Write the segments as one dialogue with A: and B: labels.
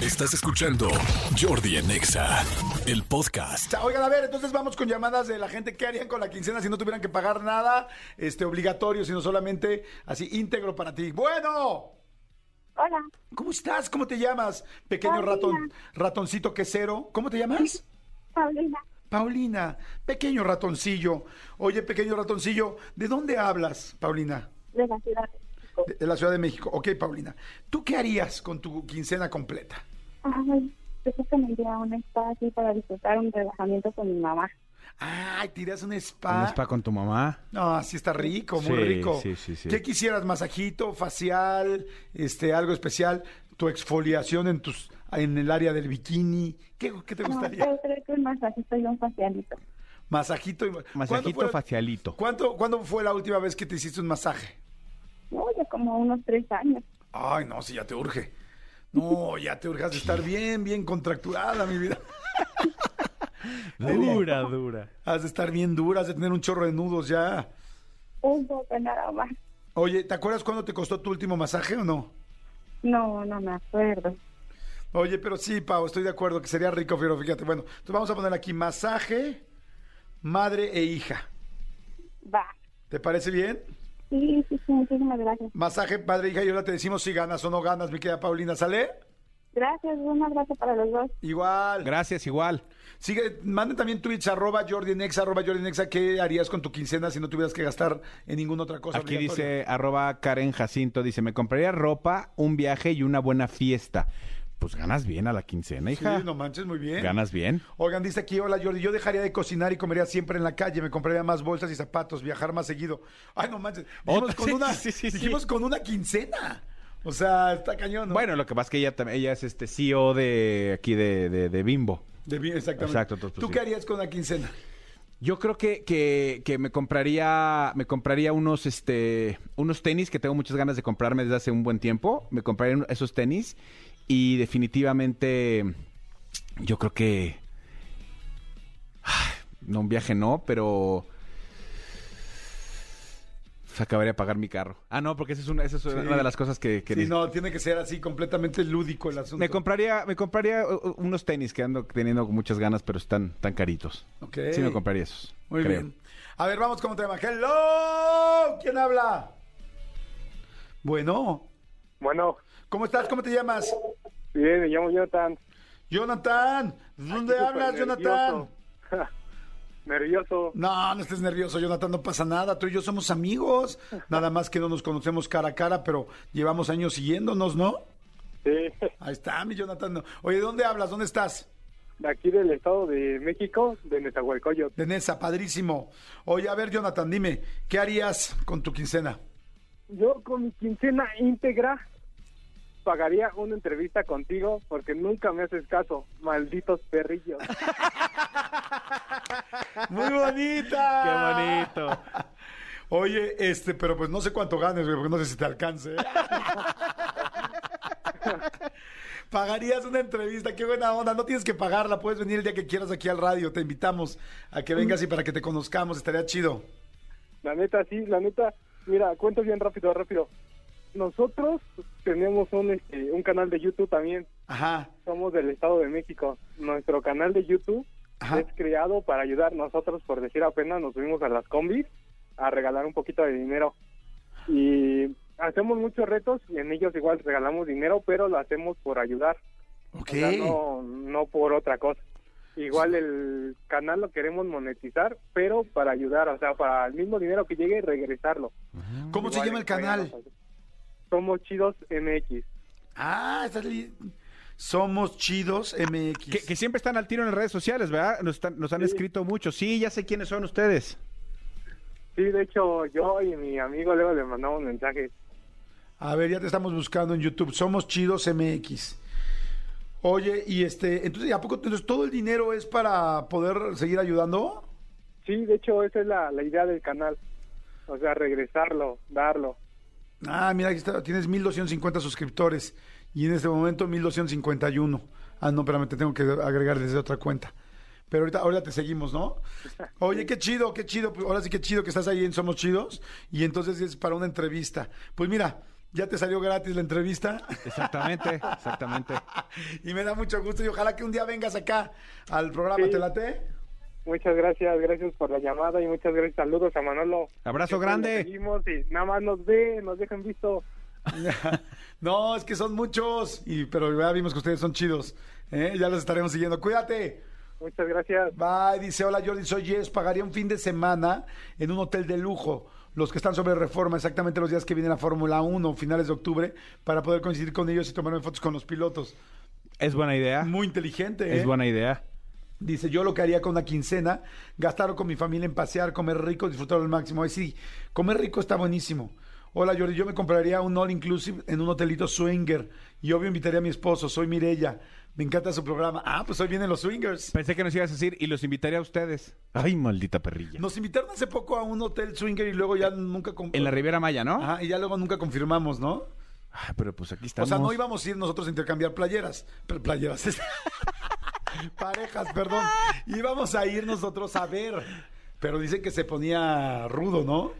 A: Estás escuchando Jordi en EXA, el podcast.
B: Oigan, a ver, entonces vamos con llamadas de la gente. ¿Qué harían con la quincena si no tuvieran que pagar nada este, obligatorio, sino solamente así íntegro para ti? Bueno,
C: Hola,
B: ¿cómo estás? ¿Cómo te llamas? Pequeño
C: Paulina.
B: ratón, ratoncito quesero. ¿Cómo te llamas?
C: Paulina,
B: Paulina, pequeño ratoncillo. Oye, pequeño ratoncillo, ¿de dónde hablas, Paulina?
C: de la Ciudad de México.
B: De, de la Ciudad de México. Ok, Paulina. ¿Tú qué harías con tu quincena completa?
C: Ay, yo creo que me iría a un spa así para disfrutar un relajamiento con mi mamá.
B: Ay, te irías a un spa.
D: ¿Un spa con tu mamá?
B: No, sí está rico, muy
D: Sí,
B: rico.
D: sí, sí, sí.
B: ¿Qué quisieras? ¿Masajito, facial, este, algo especial? ¿Tu exfoliación en tus en el área del bikini? ¿Qué, qué te
C: Ah,
B: gustaría?
C: yo creo que un masajito y un facialito.
B: Masajito y ¿Cuándo
D: Masajito
B: fue-
D: facialito.
B: ¿Cuánto, ¿Cuándo fue la última vez que te hiciste un masaje?
C: No, ya como unos tres años.
B: Ay, no, si ya te urge. No, ya te urgas de estar bien, bien contracturada, mi vida.
D: Dura, dura.
B: Has de estar bien dura, has de tener un chorro de nudos ya.
C: Un poco nada más.
B: Oye, ¿te acuerdas cuándo te costó tu último masaje o no?
C: No, no me acuerdo.
B: Oye, pero sí, Pau, estoy de acuerdo que sería rico, pero fíjate. Bueno, entonces vamos a poner aquí masaje, madre e hija.
C: Va.
B: ¿Te parece bien?
C: Sí, sí, sí, muchísimas gracias.
B: Masaje, madre e hija, y ahora te decimos si ganas o no ganas, mi querida Paulina. ¿Sale?
C: Gracias, un abrazo para los dos.
B: Igual.
D: Gracias, igual.
B: Sigue, manden también tweets arroba jordinexa, arroba jordinexa, ¿qué harías con tu quincena si no tuvieras que gastar en ninguna otra cosa?
D: Aquí
B: obligatoria?
D: dice arroba Karen Jacinto, dice, me compraría ropa, un viaje y una buena fiesta. Pues ganas bien a la quincena, hija.
B: Sí, no manches, muy bien.
D: Ganas bien.
B: Oigan, dice aquí, hola Jordi, yo dejaría de cocinar y comería siempre en la calle, me compraría más bolsas y zapatos, viajar más seguido. Ay, no manches, dijimos,
D: Otra-
B: con,
D: Oh, sí,
B: una,
D: sí, sí, sí.
B: dijimos con una quincena. O sea, está cañón, ¿no?
D: Bueno, lo que pasa es que ella, tam- ella es este CEO de aquí de, de- de Bimbo.
B: De bien, exactamente.
D: Exacto, entonces, pues
B: ¿Tú
D: sí.
B: qué harías con la quincena?
D: Yo creo que, que- que me compraría me compraría unos este unos tenis que tengo muchas ganas de comprarme desde hace un buen tiempo. Me compraría un- esos tenis y definitivamente yo creo que no un viaje no, pero acabaría de pagar mi carro. Ah, no, porque esa es una, esa es una
B: Sí.
D: de las cosas que, que
B: Sí,
D: dice.
B: no, tiene que ser así, completamente lúdico el asunto.
D: Me compraría, me compraría uh, uh, unos tenis que ando teniendo muchas ganas, pero están tan caritos.
B: Ok.
D: Sí, me compraría esos.
B: Muy
D: creo.
B: bien. A ver, vamos con otro tema. ¡Hello! ¿Quién habla? Bueno,
E: Bueno,
B: ¿cómo estás? ¿Cómo te llamas?
E: bien, me llamo Jonathan.
B: Jonathan. ¿Dónde
E: Aquí
B: hablas,
E: súper
B: Jonathan?
E: nervioso. nervioso.
B: No, no estés nervioso, Jonathan, no pasa nada. Tú y yo somos amigos. Nada más que no nos conocemos cara a cara, pero llevamos años siguiéndonos, ¿no?
E: Sí,
B: Ahí está, mi Jonathan. Oye, ¿dónde hablas? ¿Dónde estás?
E: de aquí del Estado de México, de Nezahualcóyotl.
B: De Nesa, padrísimo. Oye, a ver, Jonathan, dime, ¿qué harías con tu quincena?
E: Yo con mi quincena íntegra pagaría una entrevista contigo porque nunca me haces caso, malditos perrillos.
B: ¡Muy bonita!
D: Qué bonito.
B: Oye, este, pero pues no sé cuánto ganes, güey, porque no sé si te alcance. ¿eh? Pagarías una entrevista, qué buena onda. No tienes que pagarla, puedes venir el día que quieras aquí al radio. Te invitamos a que vengas y para que te conozcamos, estaría chido.
E: La neta, sí, la neta. Mira, cuento bien rápido, rápido. Nosotros tenemos un, este, un canal de YouTube también.
B: Ajá,
E: Somos del Estado de México. Nuestro canal de YouTube
B: Ajá.
E: es creado para ayudar. Nosotros, por decir apenas, nos subimos a las combis a regalar un poquito de dinero. Y hacemos muchos retos y en ellos igual regalamos dinero, pero lo hacemos por ayudar.
B: ok.
E: O sea, no, no por otra cosa. Igual el canal lo queremos monetizar, pero para ayudar, o sea, para el mismo dinero que llegue, regresarlo.
B: ¿Cómo se
E: Igual
B: llama el canal?
E: apoyarnos. Somos Chidos MX.
B: Ah, está li- Somos Chidos MX.
D: Que, que siempre están al tiro en las redes sociales, ¿verdad? Nos, están- nos han escrito mucho. Sí, ya sé quiénes son ustedes.
E: Sí, de hecho, yo y mi amigo luego le mandamos mensajes.
B: A ver, ya te estamos buscando en YouTube. Somos Chidos MX. Oye, y este, entonces, ¿a poco entonces, todo el dinero es para poder seguir ayudando?
E: Sí, de hecho, esa es la, la idea del canal. O sea, regresarlo, darlo.
B: Ah, mira, aquí está, tienes 1250 suscriptores y en este momento 1251. Ah, no, espérame, te tengo que agregar desde otra cuenta. Pero ahorita, ahorita te seguimos, ¿no? Oye, qué chido, qué chido. Pues ahora sí, qué chido que estás ahí en Somos Chidos. Y entonces es para una entrevista. Pues mira, Ya te salió gratis la entrevista.
D: Exactamente, exactamente.
B: y me da mucho gusto y ojalá que un día vengas acá al programa
E: Sí.
B: ¿Te late?
E: Muchas gracias, gracias por la llamada y muchas gracias. Saludos a Manolo.
D: Abrazo
E: Siempre
D: grande.
E: nos Seguimos y nada más nos ve, nos dejan visto.
B: no, es que son muchos, y, pero ya vimos que ustedes son chidos. ¿eh? Ya los estaremos siguiendo. Cuídate.
E: Muchas gracias.
B: Bye, dice, hola Jordi, soy Jess, pagaría un fin de semana en un hotel de lujo, los que están sobre reforma, exactamente los días que viene la Fórmula 1, finales de octubre, para poder coincidir con ellos y tomarme fotos con los pilotos.
D: Es buena idea.
B: Muy inteligente. ¿eh?
D: Es buena idea.
B: Dice, yo lo que haría con una quincena, gastarlo con mi familia en pasear, comer rico, disfrutarlo al máximo. Ay, sí, comer rico está buenísimo. Hola, Jordi, yo me compraría un all inclusive en un hotelito swinger. Y obvio invitaría a mi esposo, soy Mirella. Me encanta su programa. Ah, pues hoy vienen los swingers.
D: Pensé que nos ibas a decir y los invitaría a ustedes. Ay, maldita perrilla.
B: Nos invitaron hace poco a un hotel swinger y luego ya nunca... con-
D: En la Riviera Maya, ¿no?
B: Ajá, y ya luego nunca confirmamos, ¿no?
D: Ah, pero pues aquí
B: O
D: estamos.
B: sea, no íbamos a ir nosotros a intercambiar playeras. Pero playeras. Parejas, perdón. Íbamos a ir nosotros a ver. Pero dicen que se ponía rudo, ¿no?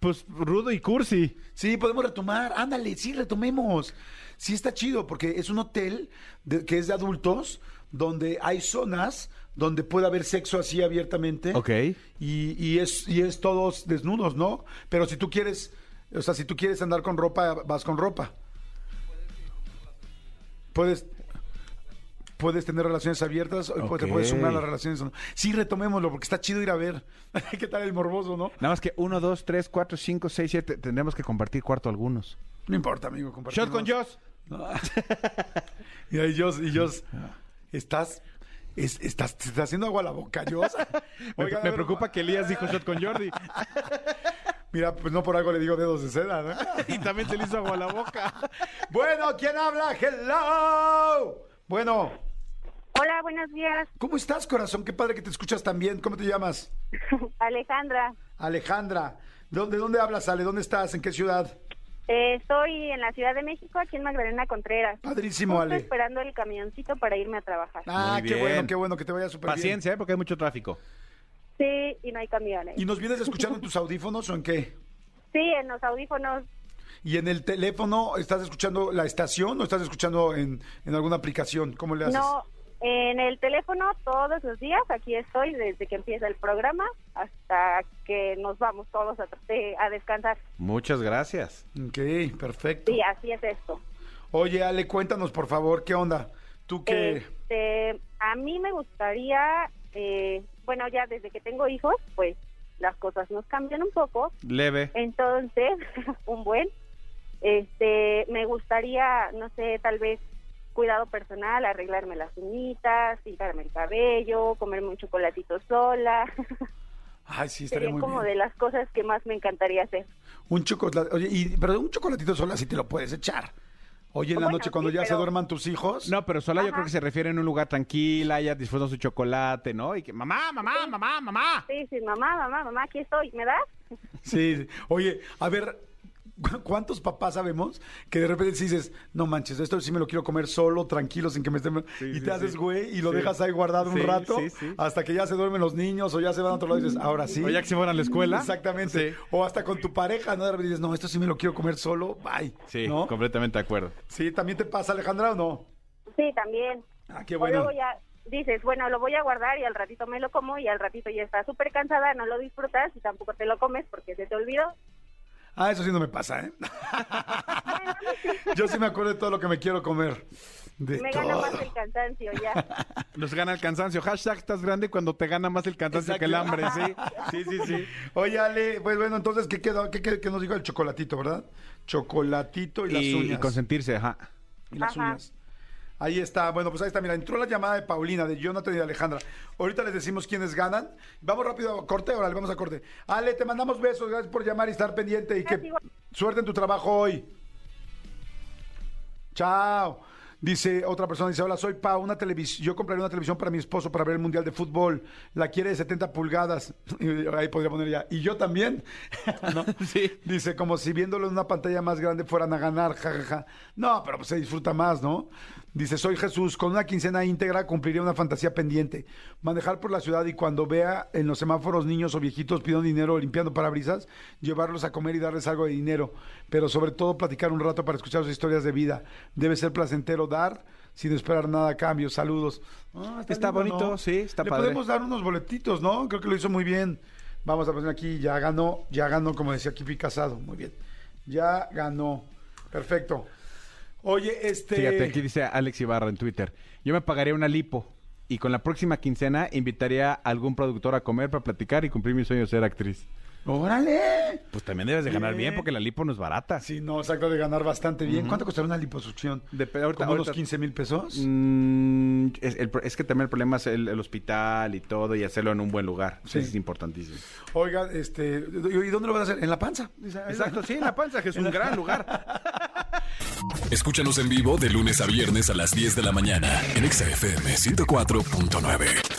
D: Pues rudo y cursi.
B: Sí, podemos retomar. Ándale, sí, retomemos. Sí, está chido, porque es un hotel de- que es de adultos, donde hay zonas donde puede haber sexo así abiertamente.
D: Ok.
B: Y, y es, y es todos desnudos, ¿no? Pero si tú quieres, o sea, si tú quieres andar con ropa, vas con ropa. Puedes. Puedes tener relaciones abiertas, o te
D: Ok.
B: puedes sumar a las relaciones. o no. Sí, retomémoslo, porque está chido ir a ver. ¿Qué tal el morboso, no?
D: Nada más que 1, 2, 3, 4, 5, 6, 7. Tendremos que compartir cuarto algunos.
B: No importa, amigo.
D: Shot
B: compartimos.
D: con Joss.
B: No. y ahí Jos, y Jos,
D: Ah.
B: estás, es- estás, te está haciendo agua la boca, Jos.
D: Me,
B: Oigan, a
D: me
B: ver,
D: preocupa que Elías dijo shot con Jordi.
B: Mira, pues no por algo le digo dedos de seda, ¿no?
D: y también se le hizo agua a la boca.
B: bueno, ¿quién habla? ¡Hello! Bueno,
C: Hola, buenos días,
B: ¿cómo estás, corazón? Qué padre que te escuchas tan bien. ¿Cómo te llamas?
C: Alejandra.
B: Alejandra. ¿De dónde, de dónde hablas, Ale? ¿Dónde estás? ¿En qué ciudad?
C: Eh, estoy en la Ciudad de México, aquí en Magdalena Contreras.
B: Padrísimo,
C: Estoy
B: Ale.
C: esperando el camioncito para irme a trabajar.
B: Ah,
D: Muy
B: qué bueno,
D: bien.
B: qué bueno, que te vaya súper bien.
D: Paciencia, ¿eh? porque hay mucho tráfico.
C: Sí, y no hay camiones.
B: ¿Y nos vienes escuchando en tus audífonos o en qué?
C: Sí, en los audífonos.
B: ¿Y en el teléfono estás escuchando la estación o estás escuchando en, en alguna aplicación? ¿Cómo le haces?
C: No, en el teléfono todos los días. Aquí estoy desde que empieza el programa hasta que nos vamos todos a, de- a descansar.
D: Muchas gracias.
B: Ok, perfecto.
C: Sí, así es esto.
B: Oye, Ale, cuéntanos, por favor, ¿qué onda? ¿Tú qué?
C: Este, a mí me gustaría, eh, bueno, ya desde que tengo hijos, pues las cosas nos cambian un poco.
D: Leve.
C: Entonces, un buen, este, me gustaría, no sé, tal vez cuidado personal, arreglarme las uñitas, pintarme el cabello, comerme un chocolatito sola.
B: Ay, sí, estaría
C: Sería
B: muy
C: como
B: bien.
C: de las cosas que más me encantaría hacer.
B: Un chocolate, oye, y, pero un chocolatito sola sí te lo puedes echar. Oye, en la
C: Bueno,
B: noche, cuando
C: sí,
B: ya se
C: pero-
B: duerman tus hijos.
D: No, pero sola yo creo que se refiere en un lugar tranquila, ella disfruta su chocolate, ¿no? Y que mamá, mamá, mamá, mamá.
C: Sí, sí, mamá, mamá, mamá, aquí estoy, ¿me das?
B: Sí, oye, a ver, ¿cu- ¿cuántos papás sabemos que de repente sí dices, no manches, esto sí me lo quiero comer solo, tranquilo, sin que me estén... y te
D: sí,
B: haces
D: sí.
B: güey y lo
D: Sí.
B: dejas ahí guardado
D: Sí,
B: un rato
D: sí, sí.
B: hasta que ya se duermen los niños o ya se van a otro lado y dices, ahora sí.
D: O ya que se fueron a la escuela.
B: Exactamente.
D: Sí.
B: O hasta con tu pareja, ¿no? De repente dices, no, esto sí me lo quiero comer solo, bye.
D: Sí,
B: ¿no?
D: completamente de acuerdo.
B: Sí, ¿también te pasa, Alejandra, o no?
C: Sí, también.
B: Ah, qué
C: O
B: bueno.
C: luego ya dices, bueno, lo voy a guardar y al ratito me lo como y al ratito ya estás súper cansada, no lo disfrutas y tampoco te lo comes porque se te olvidó.
B: Ah, eso sí no me pasa, ¿eh? Yo sí me acuerdo de todo lo que me quiero comer. De
C: Me gana
B: todo.
C: más el cansancio ya.
D: Nos gana el cansancio. Hashtag estás grande cuando te gana más el cansancio
B: Exacto.
D: que el hambre, sí. Sí, sí, sí.
B: Oye, Ale, pues bueno, entonces, ¿qué quedó? ¿Qué, qué- qué nos dijo el chocolatito, verdad? Chocolatito y las
D: Y, y
B: uñas.
D: consentirse, ajá.
B: Y las
C: Ajá.
B: uñas. Ahí está, bueno, pues ahí está, mira, entró la llamada de Paulina, de Jonathan y de Alejandra. Ahorita les decimos quiénes ganan. Vamos rápido a corte, ahora le vamos a corte. Ale, te mandamos besos, gracias por llamar y estar pendiente y
C: Gracias,
B: que
C: igual.
B: suerte en tu trabajo hoy. Chao. Dice otra persona, dice, hola, soy Pau, una televisión, yo compraré una televisión para mi esposo para ver el Mundial de Fútbol, la quiere de 70 pulgadas, Y ahí podría poner ya, y yo también, ¿no?
D: Sí.
B: Dice, como si viéndolo en una pantalla más grande fueran a ganar, jajaja. No, pero pues se disfruta más, ¿no? Dice, soy Jesús, con una quincena íntegra cumpliría una fantasía pendiente. Manejar por la ciudad y cuando vea en los semáforos niños o viejitos pidiendo dinero o limpiando parabrisas, llevarlos a comer y darles algo de dinero. Pero sobre todo platicar un rato para escuchar sus historias de vida. Debe ser placentero dar sin esperar nada a cambio. Saludos. Ah,
D: Está bonito, sí, está
B: Le
D: padre.
B: podemos dar unos boletitos, ¿no? Creo que lo hizo muy bien. Vamos a poner aquí, ya ganó, ya ganó, como decía Kipi Casado. Muy bien. Ya ganó. Perfecto. Oye, este...
D: Fíjate, aquí dice Alex Ibarra en Twitter. Yo me pagaría una lipo y con la próxima quincena invitaría a algún productor a comer para platicar y cumplir mi sueño de ser actriz.
B: ¡Órale!
D: Pues también debes de ganar bien porque la lipo no es barata.
B: Sí, no, exacto, de ganar bastante bien. ¿Cuánto costará una liposucción?
D: De- ahorita-
B: ¿Como unos
D: ahorita-
B: 15 mil pesos?
D: Mm, es, el pro- es que también el problema es el, el hospital y todo y hacerlo en un buen lugar.
B: Sí.
D: Es importantísimo.
B: Oiga, este... ¿Y dónde lo van a hacer? ¿En la panza? Dice, ahí
D: Exacto,
B: va.
D: sí, en la panza, que es un gran lugar.
A: Escúchanos en vivo de lunes a viernes a las 10 de la mañana en Exa FM 104.9.